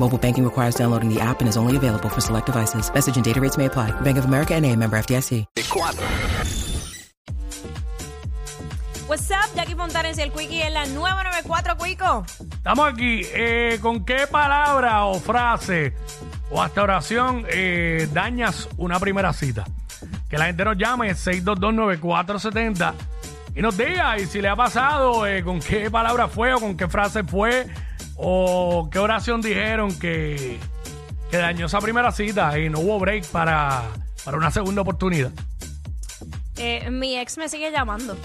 Mobile banking requires downloading the app and is only available for select devices. Message and data rates may apply. Bank of America and a member FDIC. What's up, Jackie Fontanes y el Quickie en la 994, Quico. Estamos aquí. Eh, ¿Con qué palabra o frase o hasta oración eh, dañas una primera cita? Que la gente nos llame 6229470 y nos diga y si le ha pasado, eh, con qué palabra fue o con qué frase fue o qué oración dijeron que, que dañó esa primera cita y no hubo break para, para una segunda oportunidad. Eh, mi ex me sigue llamando.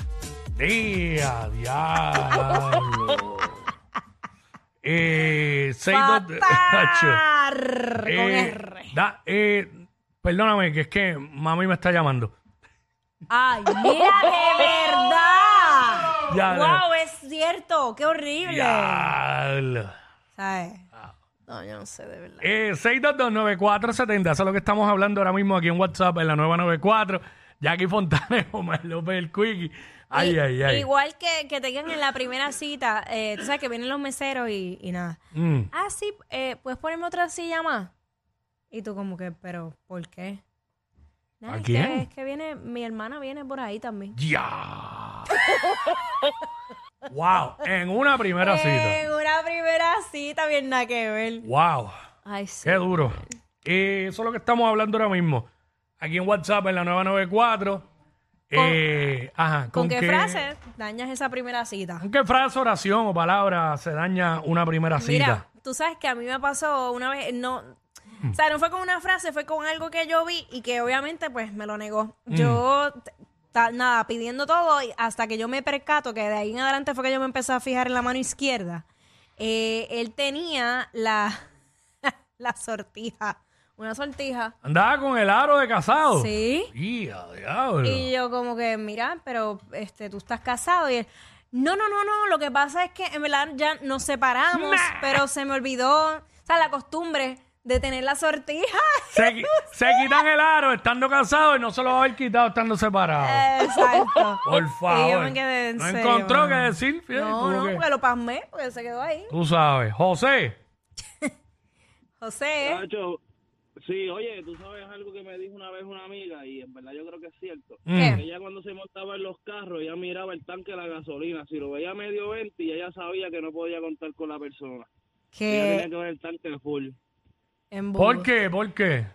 Día, diablo. Eh, seis, dos- Hacho. Patar. Con Eh, R. da- eh, perdóname, que es que mami me está llamando. Ay, mira, de verdad. Ya, wow, es cierto. Qué horrible. Diablo. ¿Sabes? No, yo no sé, de verdad. Eh, 6229470, eso es lo que estamos hablando ahora mismo aquí en WhatsApp, en la nueva 94. Jackie Fontanes, Omar López, el Quickie. Ay, Y- ay, ay. Igual que, que tengan en la primera cita, eh, tú sabes que vienen los meseros y, y nada. Mm. Ah, sí, eh, ¿puedes ponerme otra silla más? Y tú como que, pero, ¿por qué? Nada, ¿A es quién? Que, es que viene, mi hermana viene por ahí también. Ya. wow, en una primera Eh. cita. En una primera cita, bien nada que ver. Wow. Ay, sí. Qué duro. Eh, eso es lo que estamos hablando ahora mismo. Aquí en WhatsApp, en la 994. Eh, ajá, ¿Con, qué, frase dañas esa primera cita? ¿Con qué frase, oración o palabra se daña una primera cita? Mira, tú sabes que a mí me pasó una vez, no, o sea, no fue con una frase, fue con algo que yo vi y que obviamente pues me lo negó. Yo, t- ta- nada, pidiendo todo y hasta que yo me percato que de ahí en adelante fue que yo me empecé a fijar en la mano izquierda. Eh, él tenía la, la sortija, una sortija. Andaba con el aro de casado. Sí. Ya, diablo. Y yo como que, mira, pero este, tú estás casado y él, no, no, no, no, lo que pasa es que en verdad ya nos separamos, pero se me olvidó, o sea, la costumbre de tener la sortija. se, qui- se quitan el aro estando casados y no se lo va a haber quitado estando separados. Exacto. Por Eh, Y yo favor. me quedé en no serio, encontró mano. qué decir. fíjate, No, tuvo no, que- porque lo pasmé, porque se quedó ahí. Tú sabes. José. José, Nacho, sí, oye, tú sabes algo que me dijo una vez una amiga y en verdad yo creo que es cierto. ¿Qué? Mm. Ella cuando se montaba en los carros, ella miraba el tanque de la gasolina. Si lo veía medio 20, y ella sabía que no podía contar con la persona. Ella tenía que que ver el tanque full. embudo. ¿Por qué? ¿Por qué?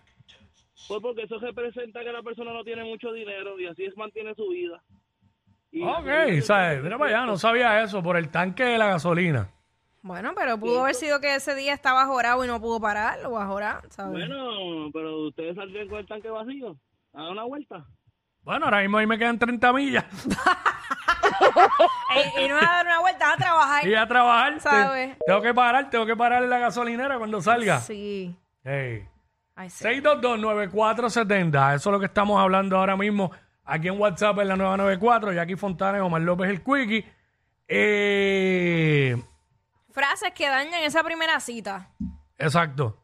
Pues porque eso representa que la persona no tiene mucho dinero y así es mantiene su vida. Y Ok, eh. así es- ¿sabes? Mira para allá, no sabía eso, por el tanque de la gasolina. Bueno, pero pudo haber sido que ese día estaba jorado y no pudo parar, lo va a jorar, ¿sabes? Bueno, pero ustedes saldrían con el tanque vacío. A una vuelta. Bueno, ahora mismo ahí me quedan 30 millas. Y, y no vas a dar una vuelta, vas a trabajar. Y a trabajar. te- ¿Sabes? Tengo que parar, tengo que parar en la gasolinera cuando salga. Sí. Ey. Ay, sí. 6229470. Eso es lo que estamos hablando ahora mismo aquí en WhatsApp en la 994. Jackie Fontanes, Omar López, el Quickie. Eh, Frases que dañan esa primera cita. exacto.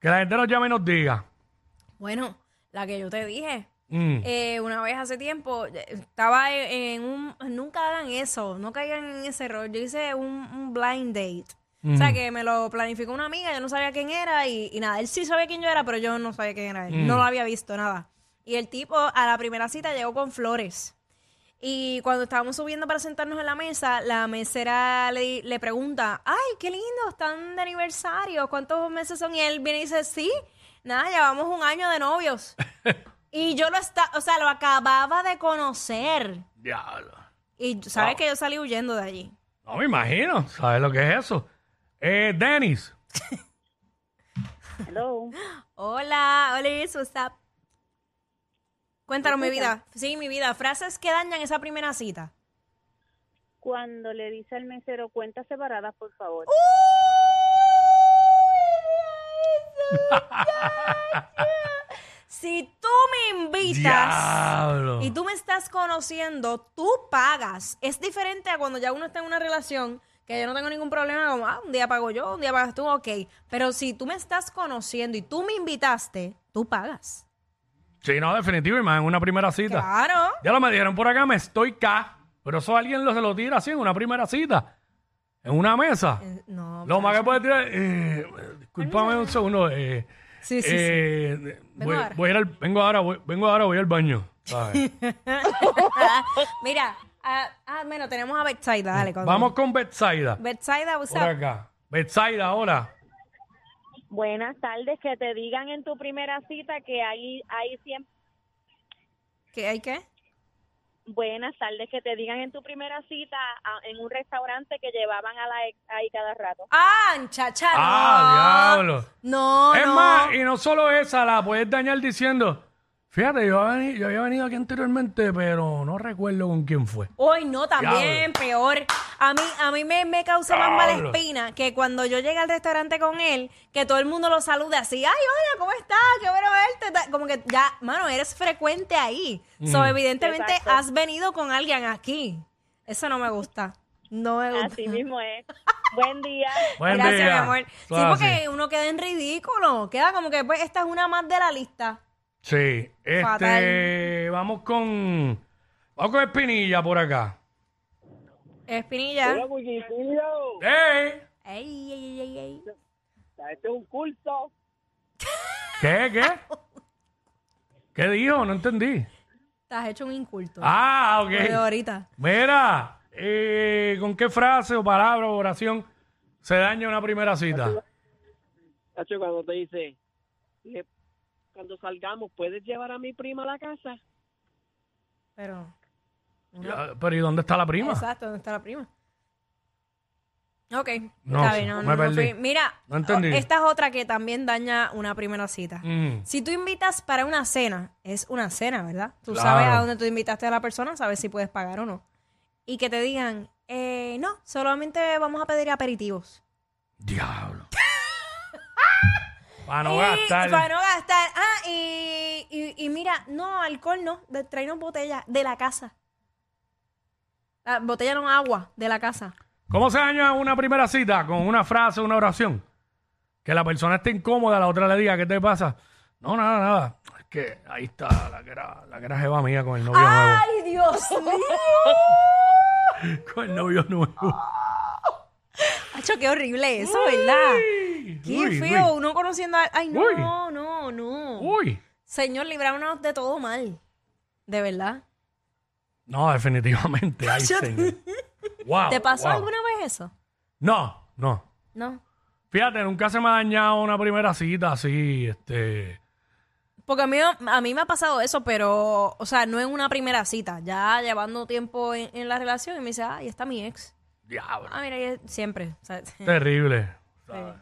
Que la gente nos llame y nos diga. Bueno, la que yo te dije. Mm. Eh, una vez hace tiempo eh, estaba en en un... Nunca hagan eso, no caigan en ese error. Yo hice un, un blind date. O sea, que me lo planificó una amiga, yo no sabía quién era y, y nada, él sí sabía quién yo era, pero yo no sabía quién era él. No lo había visto, nada. Y el tipo a la primera cita llegó con flores. Y cuando estábamos subiendo para sentarnos en la mesa, la mesera le, le pregunta, ay, qué lindo, están de aniversario, ¿cuántos meses son? Y él viene y dice, sí, nada, llevamos un año de novios. Y yo lo estaba, o sea, lo acababa de conocer. Diablo. Y sabes Wow. que yo salí huyendo de allí. No me imagino. ¿Sabes lo que es eso? Eh, Denis. Hello. Hola, hola, Iris, what's up? Cuéntanos mi vida. Sí, mi vida. Frases que dañan esa primera cita. Cuando le dice al mesero cuentas separadas, por favor. Si tú me invitas Diablo. y tú me estás conociendo, tú pagas. Es diferente a cuando ya uno está en una relación que yo no tengo ningún problema, como, ah, un día pago yo, un día pagas tú, ok. Pero si tú me estás conociendo y tú me invitaste, tú pagas. Sí, no, definitivo, y más en una primera cita. Claro. Ya lo me dijeron por acá, me estoy K. Pero eso alguien lo, se lo tira así en una primera cita. En una mesa. Eh, No. Lo más que puede tirar. Eh, discúlpame un segundo. Eh, Sí, sí, sí. eh, voy, ahora. voy a ir al, vengo ahora, voy, vengo ahora, voy al baño. ¿sabes? Mira, ah, ah, bueno, tenemos a Betsaida, dale. cuando- Vamos con Betsaida. Betsaida, what's Por up? acá. Betsaida, ahora. Buenas tardes, que te digan en tu primera cita que hay, hay siempre... ¿Qué hay qué? Buenas tardes, que te digan en tu primera cita a- en un restaurante que llevaban a la ex ahí cada rato. Ah, chacha. Ah, diablo. No, es no. más, y no solo esa, la puedes dañar diciendo. Fíjate, yo había, veni- yo había venido aquí anteriormente, pero no recuerdo con quién fue. Hoy no, también peor. A mí, a mí me, me causa más mala Diablo. espina que cuando yo llegué al restaurante con él, que todo el mundo lo salude así, ay, hola, ¿cómo estás? Qué bueno verte. ta- Como que ya, mano, eres frecuente ahí. Mm. So, evidentemente Exacto. has venido con alguien aquí. Eso no me gusta. No me gusta. Así mismo es. Buen día. Buen Gracias, día. mi amor. Eso sí, es porque así. uno queda en ridículo. Queda como que, pues, esta es una más de la lista. Sí, este, Fatal. vamos con, vamos con Espinilla por acá. Espinilla. Cuchitillo. ¡Ey! Ey, ey, ey, ey. Este es un culto. ¿Qué, qué? ¿Qué dijo? No entendí. Te has hecho un inculto. Ah, Lo de ok. ahorita. Mira, eh, ¿con qué frase o palabra o oración se daña una primera cita? Cacho, cuando te dice, le- cuando salgamos, ¿puedes llevar a mi prima a la casa? Pero. Ya, Pero ¿y dónde está la prima? Exacto, ¿dónde está la prima? Ok. No está sé, bien, no, me no, no perdí. fui. Mira, No entendí. o- esta es otra que también daña una primera cita. Mm, Si tú invitas para una cena, es una cena, ¿verdad? Tú Claro. sabes a dónde tú invitaste a la persona, sabes si puedes pagar o no. Y que te digan, eh, no, solamente vamos a pedir aperitivos. diablo. Para no Y gastar. Para no gastar. Ah, y, y- y mira, no, alcohol no. De, tráenos botella de la casa. Ah, botella no, agua de la casa. ¿Cómo se daña una primera cita con una frase, una oración? Que la persona esté incómoda, la otra le diga, ¿qué te pasa? No, nada, nada. Es que ahí está la que era, la que era jeva mía con el novio ¡Ay, Dios mío! nuevo. Con el novio nuevo. Hacho, qué horrible eso, ¿verdad? Uy, Qué uy, feo, uno conociendo a... Ay, no, Uy. no, no. Uy. Uy. Señor, librarnos de todo mal. De verdad. No, definitivamente. Ay, Yo- señor. Wow, ¿Te pasó Ah, wow. alguna vez eso? No, no. No. Fíjate, nunca se me ha dañado una primera cita así, este. Porque a mí, a mí me ha pasado eso, pero, o sea, no en una primera cita, ya llevando tiempo en, en la relación y me dice, ah, y está mi ex. Diablo. Ah, mira, y es- siempre. o sea, Terrible. ¿sabes?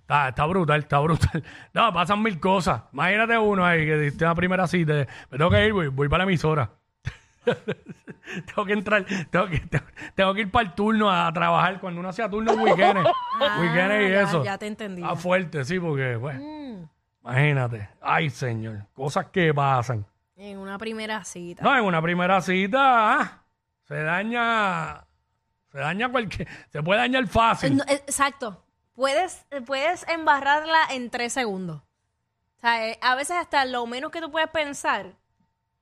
Está, está brutal, está brutal. No, pasan mil cosas. Imagínate uno ahí que tiene la primera cita. Me tengo que ir, voy, voy para la emisora. tengo que entrar, tengo que, tengo, tengo que ir para el turno a, trabajar cuando uno hacía turno en weekendes. Ah, weekendes y ya- eso. ya te entendí. Está Ah, fuerte, sí, porque, pues, Mm. imagínate. Ay, señor, cosas que pasan. en una primera cita. No, en una primera cita ah, se daña, se daña cualquier, se puede dañar fácil. No, eh, exacto. Puedes, eh, puedes embarrarla en tres segundos. O sea, eh, a veces hasta lo menos que tú puedes pensar,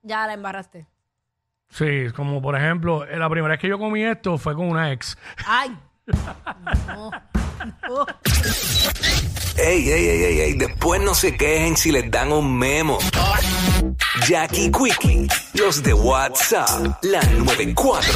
ya la embarraste. Sí, como por ejemplo, eh, la primera vez que yo comí esto fue con una ex. ¡Ay! No, no. Ey, ey, ey, ey, ey, después no se quejen si les dan un memo. Jackie Quickie, los de WhatsApp, la 94.